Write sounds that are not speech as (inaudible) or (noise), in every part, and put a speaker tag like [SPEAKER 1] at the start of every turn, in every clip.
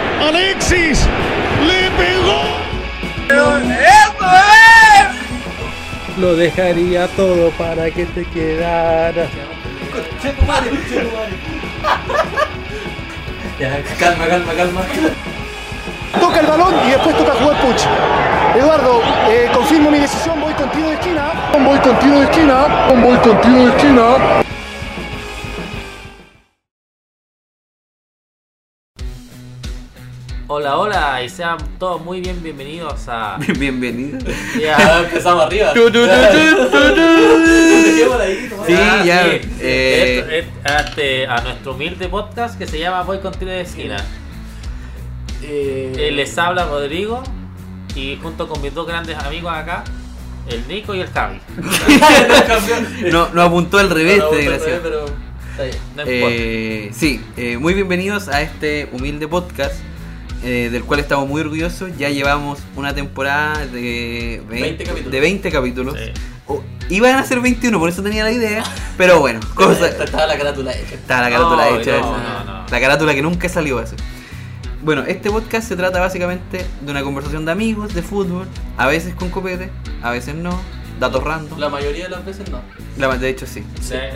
[SPEAKER 1] Alexis le pegó.
[SPEAKER 2] Lo dejaría todo para que te quedaras.
[SPEAKER 3] Ya, calma, calma, calma.
[SPEAKER 4] Toca el balón y después toca jugar Puch. Eduardo, eh, confirmo mi decisión, voy con tiro de esquina. Voy con tiro de esquina. Voy con tiro de esquina.
[SPEAKER 5] Hola, hola, y sean todos muy bien bienvenidos a.
[SPEAKER 6] (laughs)
[SPEAKER 3] Bienvenido.
[SPEAKER 5] Ya,
[SPEAKER 3] Ya empezamos arriba.
[SPEAKER 2] Tu, tu, tu, tu, tu,
[SPEAKER 3] Dejémosla ahí, nomás.
[SPEAKER 2] Sí, ya,
[SPEAKER 5] Ah, sí.
[SPEAKER 2] eh.
[SPEAKER 5] Esto es a, este- a nuestro humilde podcast que se llama Voy con Tiro de Esquina.
[SPEAKER 3] Eh,
[SPEAKER 5] Eh, les habla Rodrigo y junto con mis dos grandes amigos acá, el Nico y el Javi.
[SPEAKER 3] no cambió.
[SPEAKER 6] No, no apuntó al revés, este
[SPEAKER 3] No, otra vez,
[SPEAKER 6] desgraciado.
[SPEAKER 3] pero
[SPEAKER 5] Está bien, No importa.
[SPEAKER 6] Eh, sí, eh, muy bienvenidos a este humilde podcast eh, del cual estamos muy orgullosos. Ya llevamos una temporada de 20,
[SPEAKER 3] 20 capítulos.
[SPEAKER 6] de 20 capítulos.
[SPEAKER 5] Sí.
[SPEAKER 6] O- iban a ser 21, por eso tenía la idea, pero bueno, cosa,
[SPEAKER 3] esta- Estaba la carátula hecha.
[SPEAKER 6] Está la carátula
[SPEAKER 5] No,
[SPEAKER 6] hecha.
[SPEAKER 5] no,
[SPEAKER 6] esa.
[SPEAKER 5] no, no.
[SPEAKER 6] La carátula que nunca salió eso. Bueno, este podcast se trata básicamente de una conversación de amigos, de fútbol, a veces con copete, a veces no, datos random.
[SPEAKER 3] La mayoría de las veces no.
[SPEAKER 6] La- de hecho, sí. (laughs)
[SPEAKER 5] Eh,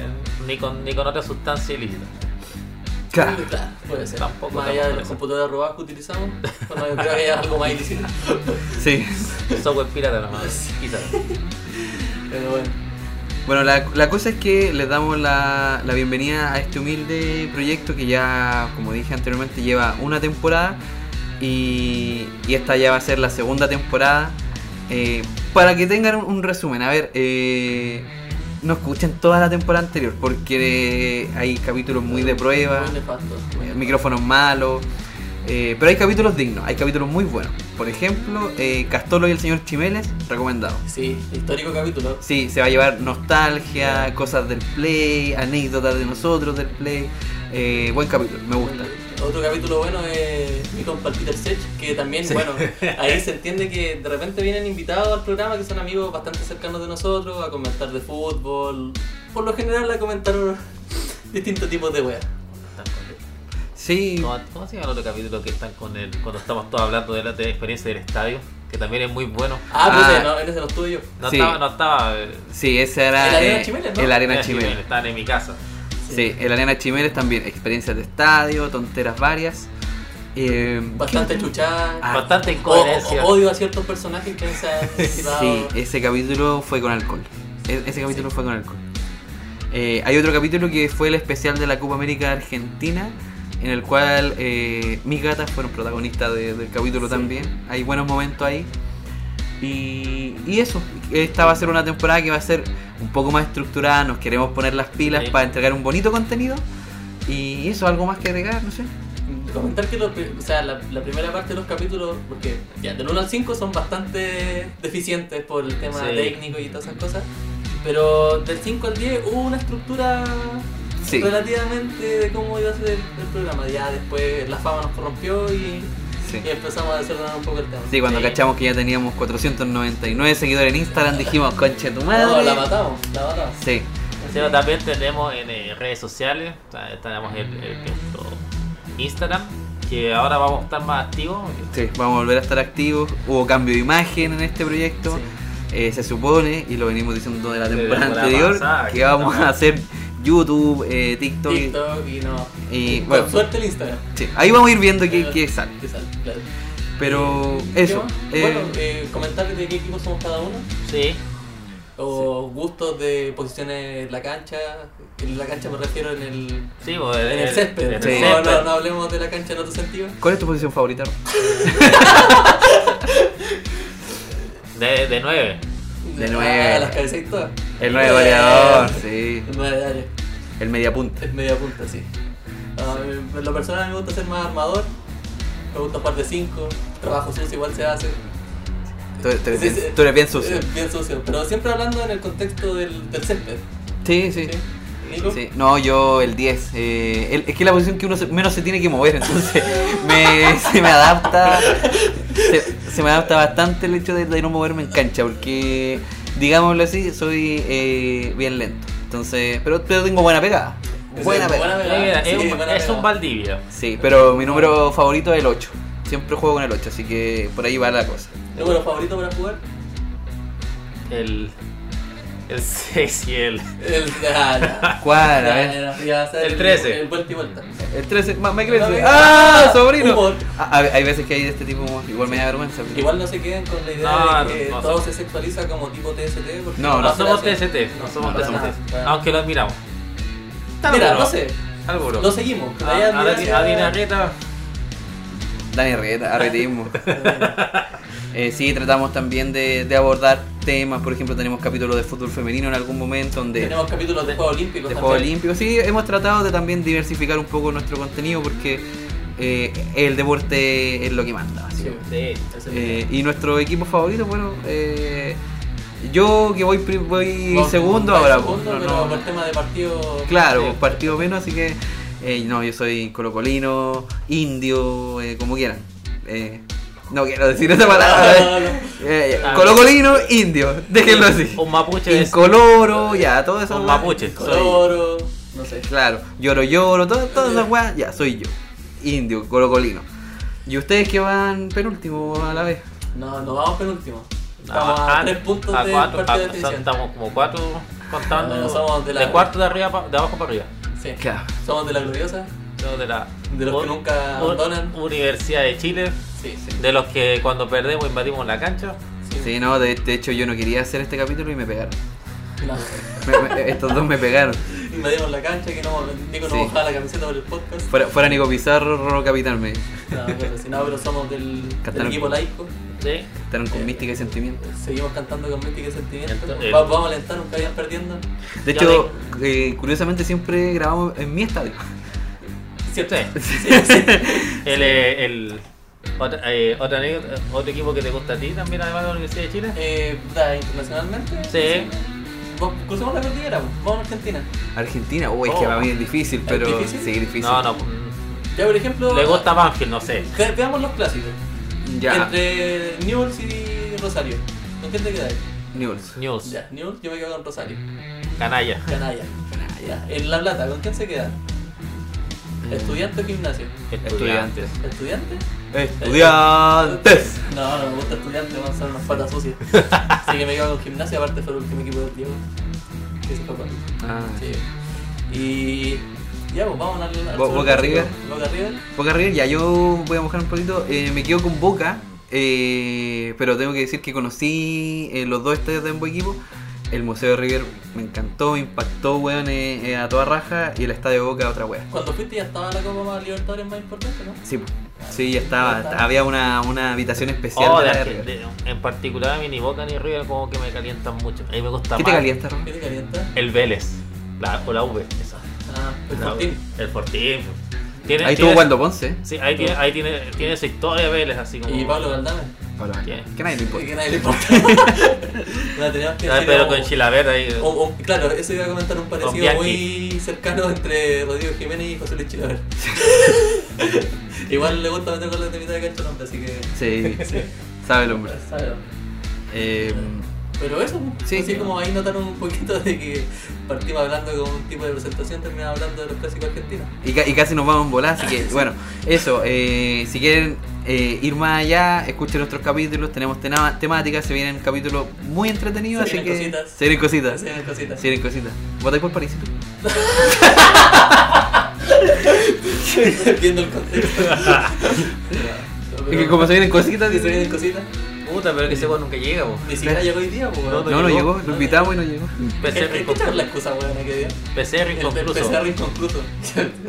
[SPEAKER 5] ni, con, ni con otra sustancia ilícita.
[SPEAKER 6] Claro.
[SPEAKER 3] Claro, puede ser.
[SPEAKER 5] Tampoco
[SPEAKER 3] Más allá
[SPEAKER 5] tampoco
[SPEAKER 3] de los
[SPEAKER 5] eso.
[SPEAKER 3] computadores robados que utilizamos, bueno, yo creo que hay algo más ilícito.
[SPEAKER 6] Sí.
[SPEAKER 5] Software pirata nomás. Quizás.
[SPEAKER 3] Pero bueno.
[SPEAKER 6] Bueno, la, la cosa es que les damos la, la bienvenida a este humilde proyecto que ya, como dije anteriormente, lleva una temporada y, y esta ya va a ser la segunda temporada. Eh, para que tengan un, un resumen, a ver, eh, no escuchen toda la temporada anterior porque hay capítulos muy de prueba,
[SPEAKER 3] Muy nefasto.
[SPEAKER 6] eh, micrófonos malos, eh, pero hay capítulos dignos, hay capítulos muy buenos. Por ejemplo, eh, Castolo y el señor Chimeles, recomendado.
[SPEAKER 3] Sí, histórico capítulo.
[SPEAKER 6] Sí, se va a llevar nostalgia, cosas del play, anécdotas de nosotros del play. Eh, buen capítulo, me gusta.
[SPEAKER 3] Otro capítulo bueno es mi compa el Peter Sech, que también,
[SPEAKER 6] (laughs)
[SPEAKER 3] bueno, ahí se entiende que de repente vienen invitados al programa que son amigos bastante cercanos de nosotros a comentar de fútbol, por lo general a comentar distintos tipos de weas.
[SPEAKER 6] Sí,
[SPEAKER 5] ¿Cómo, cómo se llama el otro capítulo que están con el, cuando estamos todos hablando de la de la experiencia del estadio? Que también es muy bueno.
[SPEAKER 3] Ah, pero
[SPEAKER 6] Ah.
[SPEAKER 3] ese no, en ese no estuve yo.
[SPEAKER 5] No
[SPEAKER 6] Sí.
[SPEAKER 5] estaba, no estaba. eh,
[SPEAKER 6] sí, ese era
[SPEAKER 3] El Arena
[SPEAKER 6] eh,
[SPEAKER 3] Chimeles, ¿no?
[SPEAKER 6] el Arena
[SPEAKER 5] era Jiménez,
[SPEAKER 6] Chimeles.
[SPEAKER 5] Estaban en mi casa.
[SPEAKER 6] Sí, el Arena Chimeles también. Experiencias de estadio, tonteras varias. Eh,
[SPEAKER 3] Bastante chuchada.
[SPEAKER 6] Ah,
[SPEAKER 5] Bastante
[SPEAKER 3] O- o-
[SPEAKER 5] incoherencia.
[SPEAKER 3] odio a ciertos personajes que
[SPEAKER 6] (laughs)
[SPEAKER 3] se han
[SPEAKER 6] Sí, eh.
[SPEAKER 3] citado.
[SPEAKER 6] ese capítulo fue con alcohol. E- Ese capítulo fue con alcohol. Eh, hay otro capítulo que fue el especial de la Copa América Argentina, en el cual eh, mis gatas fueron protagonistas de- del capítulo también. Hay buenos momentos ahí. Y, y eso, esta va a ser una temporada que va a ser un poco más estructurada, nos queremos poner las pilas
[SPEAKER 5] Sí.
[SPEAKER 6] para entregar un bonito contenido. Y eso, algo más que agregar, no sé.
[SPEAKER 3] Comentar que los pri- o sea, la, la primera parte de los capítulos, porque ya del 1 al 5 son bastante deficientes por el tema
[SPEAKER 5] Sí.
[SPEAKER 3] técnico y todas esas cosas, pero del 5 al 10 hubo una estructura
[SPEAKER 6] Sí.
[SPEAKER 3] relativamente de cómo iba a ser el, el programa. Ya después la fama nos corrompió y,
[SPEAKER 6] Sí.
[SPEAKER 3] y empezamos a desordenar un poco el tema.
[SPEAKER 6] Sí, cuando
[SPEAKER 5] Sí.
[SPEAKER 6] cachamos que ya teníamos 499 seguidores en Instagram, dijimos, conche tu madre.
[SPEAKER 3] No, Oh, la matamos, la matamos.
[SPEAKER 6] Sí,
[SPEAKER 5] Pero también tenemos en eh, redes sociales, ta- tenemos el, el- nuestro Instagram, que ahora vamos a estar más activos.
[SPEAKER 6] sí, vamos a volver a estar activos. Hubo cambio de imagen en este proyecto. Eh, se supone, y lo venimos diciendo de la
[SPEAKER 5] De la
[SPEAKER 6] temporada
[SPEAKER 5] temporada
[SPEAKER 6] anterior,
[SPEAKER 5] pasada,
[SPEAKER 6] que vamos
[SPEAKER 5] exactamente.
[SPEAKER 6] a hacer YouTube, eh, TikTok. y-
[SPEAKER 3] TikTok y no.
[SPEAKER 6] Y
[SPEAKER 3] Con
[SPEAKER 6] bueno,
[SPEAKER 3] suerte el Instagram.
[SPEAKER 6] sí, ahí vamos a ir viendo qué,
[SPEAKER 3] Eh,
[SPEAKER 6] qué sale.
[SPEAKER 3] Qué sale, claro.
[SPEAKER 6] Pero
[SPEAKER 3] ¿Qué
[SPEAKER 6] eso.
[SPEAKER 3] más?
[SPEAKER 6] eh,
[SPEAKER 3] Bueno, eh, comentar de qué equipo somos cada uno.
[SPEAKER 5] Sí,
[SPEAKER 3] O gustos de posiciones en la cancha. En la cancha me refiero en el,
[SPEAKER 5] sí, pues,
[SPEAKER 3] en el césped.
[SPEAKER 5] en el
[SPEAKER 6] Sí.
[SPEAKER 3] No,
[SPEAKER 5] césped.
[SPEAKER 3] no, no hablemos de la cancha en otro sentido.
[SPEAKER 6] ¿Cuál es tu posición favorita?
[SPEAKER 5] De, de 9.
[SPEAKER 6] De nueve.
[SPEAKER 3] Ah, las cabeceas y todas.
[SPEAKER 6] El nueve goleador, sí.
[SPEAKER 3] El nueve de área.
[SPEAKER 6] El mediapunta.
[SPEAKER 3] Es media punta, sí. A mí, en lo personal me gusta ser más armador. Me gusta jugar de 5. Trabajo sucio igual se hace.
[SPEAKER 6] Tú, tú eres
[SPEAKER 3] Sí,
[SPEAKER 6] bien-
[SPEAKER 3] sí.
[SPEAKER 6] tú eres bien sucio.
[SPEAKER 3] Eh, Bien sucio. Pero siempre hablando en el contexto del, del césped.
[SPEAKER 6] Sí, sí.
[SPEAKER 3] ¿sí? Nico.
[SPEAKER 6] Sí, no, yo el 10. eh, el- es que es la posición que uno se- menos se tiene que mover, entonces (laughs) me- se me adapta. Se, se me adapta bastante el hecho de, de no moverme en cancha, porque, digámoslo así, soy eh, bien lento. Entonces, pero, pero tengo buena pegada.
[SPEAKER 3] Ese,
[SPEAKER 6] Buena
[SPEAKER 3] buena
[SPEAKER 6] pegada.
[SPEAKER 3] pegada.
[SPEAKER 5] es,
[SPEAKER 3] Ah, Sí,
[SPEAKER 5] un,
[SPEAKER 3] buena
[SPEAKER 5] es un
[SPEAKER 3] pegada.
[SPEAKER 5] Valdivia.
[SPEAKER 6] Sí, pero mi número favorito es el 8. Siempre juego con el 8, así que por ahí va la cosa.
[SPEAKER 3] ¿Número favorito para jugar?
[SPEAKER 5] El. El 6 y el. (laughs)
[SPEAKER 3] El, ah,
[SPEAKER 6] ¿Cuál?
[SPEAKER 3] ya,
[SPEAKER 5] eh.
[SPEAKER 6] A ver.
[SPEAKER 3] ya, ya va a ser
[SPEAKER 5] El 13.
[SPEAKER 3] El vuelta y vuelta.
[SPEAKER 6] El 13, ma- Michael Jackson.
[SPEAKER 3] No,
[SPEAKER 6] ¡Ah,
[SPEAKER 3] no,
[SPEAKER 6] sobrino!
[SPEAKER 3] humor.
[SPEAKER 6] Ah, hay hay veces que hay de este tipo, igual me da vergüenza. pero-
[SPEAKER 3] Igual no se queden con la idea
[SPEAKER 5] No,
[SPEAKER 3] de que
[SPEAKER 5] no, no,
[SPEAKER 3] todo
[SPEAKER 5] no.
[SPEAKER 3] se sexualiza como tipo TST. Porque
[SPEAKER 6] No,
[SPEAKER 5] No
[SPEAKER 3] pasa
[SPEAKER 5] somos
[SPEAKER 3] así.
[SPEAKER 5] TST, no somos
[SPEAKER 3] para
[SPEAKER 5] TST.
[SPEAKER 3] nada, para nada.
[SPEAKER 5] Aunque lo admiramos.
[SPEAKER 3] Mira,
[SPEAKER 5] Alguno,
[SPEAKER 3] no sé.
[SPEAKER 5] Alguno.
[SPEAKER 3] Lo seguimos.
[SPEAKER 5] A,
[SPEAKER 3] Ahí
[SPEAKER 5] a Dani-
[SPEAKER 3] admiración.
[SPEAKER 5] a Dani Arrieta.
[SPEAKER 6] Dani Reta,
[SPEAKER 3] (laughs)
[SPEAKER 6] arretismo. Eh, sí, tratamos también de, de abordar temas, por ejemplo, tenemos capítulos de fútbol femenino en algún momento, donde
[SPEAKER 3] Tenemos capítulos de Juegos Olímpicos.
[SPEAKER 6] de
[SPEAKER 3] también.
[SPEAKER 6] Juegos Olímpicos. Sí, hemos tratado de también diversificar un poco nuestro contenido porque eh, el deporte es lo que manda,
[SPEAKER 3] Sí.
[SPEAKER 6] básicamente.
[SPEAKER 5] Sí, ese
[SPEAKER 6] Eh, y nuestro equipo favorito, bueno, eh, yo que voy, pri- voy
[SPEAKER 3] Vamos,
[SPEAKER 6] segundo
[SPEAKER 3] vamos
[SPEAKER 6] ahora.
[SPEAKER 3] Segundo,
[SPEAKER 6] pues, no-
[SPEAKER 3] pero
[SPEAKER 6] no-
[SPEAKER 3] por tema de partido.
[SPEAKER 6] Claro,
[SPEAKER 3] sí.
[SPEAKER 6] un partido menos, así que eh, no, yo soy colocolino, indio, eh, como quieran. Eh, no quiero decir esa palabra.
[SPEAKER 3] No, no, no.
[SPEAKER 6] eh. (laughs) Eh, colocolino, indio, déjenlo así.
[SPEAKER 5] Ah, Un mapuche es.
[SPEAKER 6] Incoloro, ya, todo eso. eh,
[SPEAKER 5] Un mapuche. Soy-
[SPEAKER 3] Coloro, no sé.
[SPEAKER 6] Claro, lloro, lloro, todo- todas esas weas, ya, soy yo. Indio, colocolino. ¿Y ustedes que van penúltimo a la vez?
[SPEAKER 3] No, no vamos penúltimo.
[SPEAKER 5] No,
[SPEAKER 3] Estamos a,
[SPEAKER 5] ah,
[SPEAKER 3] tres puntos
[SPEAKER 5] a
[SPEAKER 3] de
[SPEAKER 5] cuatro,
[SPEAKER 3] partido
[SPEAKER 5] a-
[SPEAKER 3] de
[SPEAKER 5] son-
[SPEAKER 3] definición.
[SPEAKER 5] Estamos como cuatro contando.
[SPEAKER 3] No, somos de la-
[SPEAKER 5] cuarto de arriba, pa- de abajo para arriba.
[SPEAKER 3] Sí.
[SPEAKER 6] Claro.
[SPEAKER 3] Somos de la gloriosa.
[SPEAKER 5] Somos de la.
[SPEAKER 3] De los que nunca abandonan.
[SPEAKER 5] Universidad de Chile.
[SPEAKER 3] Sí, sí.
[SPEAKER 5] De los que cuando perdemos invadimos la cancha.
[SPEAKER 6] Sí, no, de, de hecho yo no quería hacer este capítulo y me pegaron.
[SPEAKER 3] No.
[SPEAKER 6] Me- me- estos dos me pegaron.
[SPEAKER 3] Invadimos la cancha, que no, Nico nos
[SPEAKER 6] Sí.
[SPEAKER 3] bajaba la camiseta por el podcast.
[SPEAKER 6] Fuera, fuera Nico Pizarro, Rolo Capitán, me
[SPEAKER 3] No, pero si no, pero somos del, del
[SPEAKER 6] Catalán.
[SPEAKER 3] equipo laico.
[SPEAKER 5] Sí.
[SPEAKER 6] Estaron con mística y sentimiento.
[SPEAKER 3] Seguimos cantando con mística y sentimiento.
[SPEAKER 5] Entonces-
[SPEAKER 3] Va- vamos a alentar, nunca vayan perdiendo.
[SPEAKER 6] De
[SPEAKER 5] Ya
[SPEAKER 6] hecho, eh, curiosamente siempre grabamos en mi estadio.
[SPEAKER 3] ¿Cierto?
[SPEAKER 5] Sí.
[SPEAKER 3] Sí, sí.
[SPEAKER 5] (laughs) El, eh, el- otra- eh, otra anécdota- otro, equipo que te gusta a ti también, además de la Universidad de Chile.
[SPEAKER 3] Eh, da, internacionalmente.
[SPEAKER 5] Sí.
[SPEAKER 3] Vos- Crucemos la cordillera, vos. vamos a Argentina.
[SPEAKER 6] Argentina, uy, es
[SPEAKER 5] Oh.
[SPEAKER 6] que para mí es difícil, pero
[SPEAKER 3] difícil?
[SPEAKER 6] sí, difícil.
[SPEAKER 5] No, no. mm,
[SPEAKER 3] Ya, por ejemplo.
[SPEAKER 5] Le gusta Banfield, no sé.
[SPEAKER 3] Ve- Veamos los clásicos.
[SPEAKER 6] Ya,
[SPEAKER 3] Entre Newell's y Rosario. ¿Con quién te quedas?
[SPEAKER 6] Newell's.
[SPEAKER 5] News.
[SPEAKER 3] Ya, Newell's, yo me quedo con Rosario.
[SPEAKER 5] Canalla.
[SPEAKER 3] Canalla. Ya, En La Plata, ¿con quién se queda? ¿Estudiante o gimnasio?
[SPEAKER 5] Estudiantes.
[SPEAKER 3] ¿Estudiante?
[SPEAKER 6] Estudiantes.
[SPEAKER 3] No, no me gusta estudiante, van a ser unas patas sucias. Así que me quedo con gimnasia, aparte fue el último equipo del Diego. Que se fue con
[SPEAKER 6] Ah.
[SPEAKER 3] Sí. Y. Ya, pues vamos al. al
[SPEAKER 6] Bo-
[SPEAKER 3] sur-
[SPEAKER 6] Boca River.
[SPEAKER 3] Boca River.
[SPEAKER 6] Boca River, Ah, ya yo voy a buscar un poquito. Eh, me quedo con Boca, eh, pero tengo que decir que conocí eh, los dos estadios de ambos equipos. El Museo de River me encantó, me impactó, weón, eh, eh, a toda raja. Y el estadio de Boca, otra weón.
[SPEAKER 3] Cuando fuiste ya estaba la Copa Libertadores más importante, ¿no?
[SPEAKER 6] Sí, po. sí, ya estaba. Había una, una habitación especial
[SPEAKER 5] Oh,
[SPEAKER 6] de
[SPEAKER 5] de
[SPEAKER 6] la de
[SPEAKER 5] Argen-
[SPEAKER 6] River.
[SPEAKER 5] de- en particular a mí ni Boca ni River como que me calientan mucho. A mí me gusta
[SPEAKER 6] ¿Qué
[SPEAKER 5] más
[SPEAKER 6] te calienta, Ron?
[SPEAKER 3] ¿Qué te calienta?
[SPEAKER 5] el Vélez. La, o la V, esa.
[SPEAKER 3] Ah, el
[SPEAKER 5] La-
[SPEAKER 3] Fortín.
[SPEAKER 5] El Fortín. Tiene-
[SPEAKER 6] Ahí
[SPEAKER 5] tiene-
[SPEAKER 6] tuvo Waldo Ponce.
[SPEAKER 5] Sí, ahí tiene, ahí tiene, tiene su historia Vélez, así como.
[SPEAKER 3] Y Pablo Galdame.
[SPEAKER 5] ¿Qué?
[SPEAKER 6] Que nadie le importa.
[SPEAKER 3] Que nadie le importa. (laughs) La teníamos que
[SPEAKER 5] Ah,
[SPEAKER 3] decir pues,
[SPEAKER 5] pero
[SPEAKER 3] como-
[SPEAKER 5] con Chilavert ahí.
[SPEAKER 3] o- o- claro, eso iba a comentar un
[SPEAKER 5] Con
[SPEAKER 3] parecido
[SPEAKER 5] Bianchi.
[SPEAKER 3] muy cercano entre Rodrigo Jiménez y José
[SPEAKER 5] (laughs)
[SPEAKER 3] Luis Chilaver. Igual le gusta meter goles de mitad de cancha al hombre, así que.
[SPEAKER 6] (laughs) Sí, sabe el hombre.
[SPEAKER 3] sabe.
[SPEAKER 6] Eh,
[SPEAKER 3] Pero eso, pues,
[SPEAKER 6] Sí.
[SPEAKER 3] así como ahí notaron un poquito de que partimos hablando con un tipo de presentación, terminamos hablando de los clásicos argentinos.
[SPEAKER 6] y, ca- y casi nos vamos en volar, así (laughs) que bueno, eso. eh, si quieren eh, ir más allá, escuchen nuestros capítulos. Tenemos tema- temáticas, se vienen capítulos muy entretenidos,
[SPEAKER 3] Se
[SPEAKER 6] así
[SPEAKER 3] vienen
[SPEAKER 6] que.
[SPEAKER 3] cositas.
[SPEAKER 6] Se vienen cositas.
[SPEAKER 3] Así
[SPEAKER 6] Se
[SPEAKER 3] eran cositas.
[SPEAKER 6] vienen cositas. ¿Votáis por París?
[SPEAKER 3] (laughs) Viendo el
[SPEAKER 6] (laughs)
[SPEAKER 3] contexto.
[SPEAKER 6] Es que como se vienen cositas,
[SPEAKER 3] Sí, se
[SPEAKER 6] dice-
[SPEAKER 3] vienen cositas.
[SPEAKER 5] Puta, pero que ese weón nunca llega, vos.
[SPEAKER 3] Ni siquiera llegó hoy día, pues.
[SPEAKER 5] No,
[SPEAKER 3] weón.
[SPEAKER 6] No, Mm. no llegó,
[SPEAKER 3] No
[SPEAKER 6] lo invitamos y no llegó.
[SPEAKER 5] PCR
[SPEAKER 3] Esta es
[SPEAKER 5] inconcluso.
[SPEAKER 3] la excusa, weón, que dio.
[SPEAKER 5] PCR
[SPEAKER 3] El del
[SPEAKER 5] inconcluso.
[SPEAKER 3] PCR
[SPEAKER 6] (laughs)
[SPEAKER 3] inconcluso.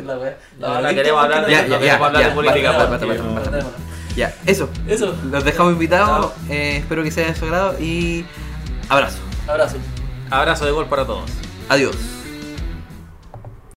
[SPEAKER 3] la wea.
[SPEAKER 5] No, no queremos hablar de
[SPEAKER 6] Ya, ya,
[SPEAKER 5] no queremos
[SPEAKER 6] ya,
[SPEAKER 5] hablar de
[SPEAKER 6] ya,
[SPEAKER 5] política.
[SPEAKER 6] basta,
[SPEAKER 5] porque-
[SPEAKER 6] basta, basta, basta. Ya, eso.
[SPEAKER 3] Eso,
[SPEAKER 6] Los dejamos invitados. eh, espero que sea de su agrado y abrazo.
[SPEAKER 3] abrazo.
[SPEAKER 5] Abrazo de gol para todos.
[SPEAKER 6] Adiós.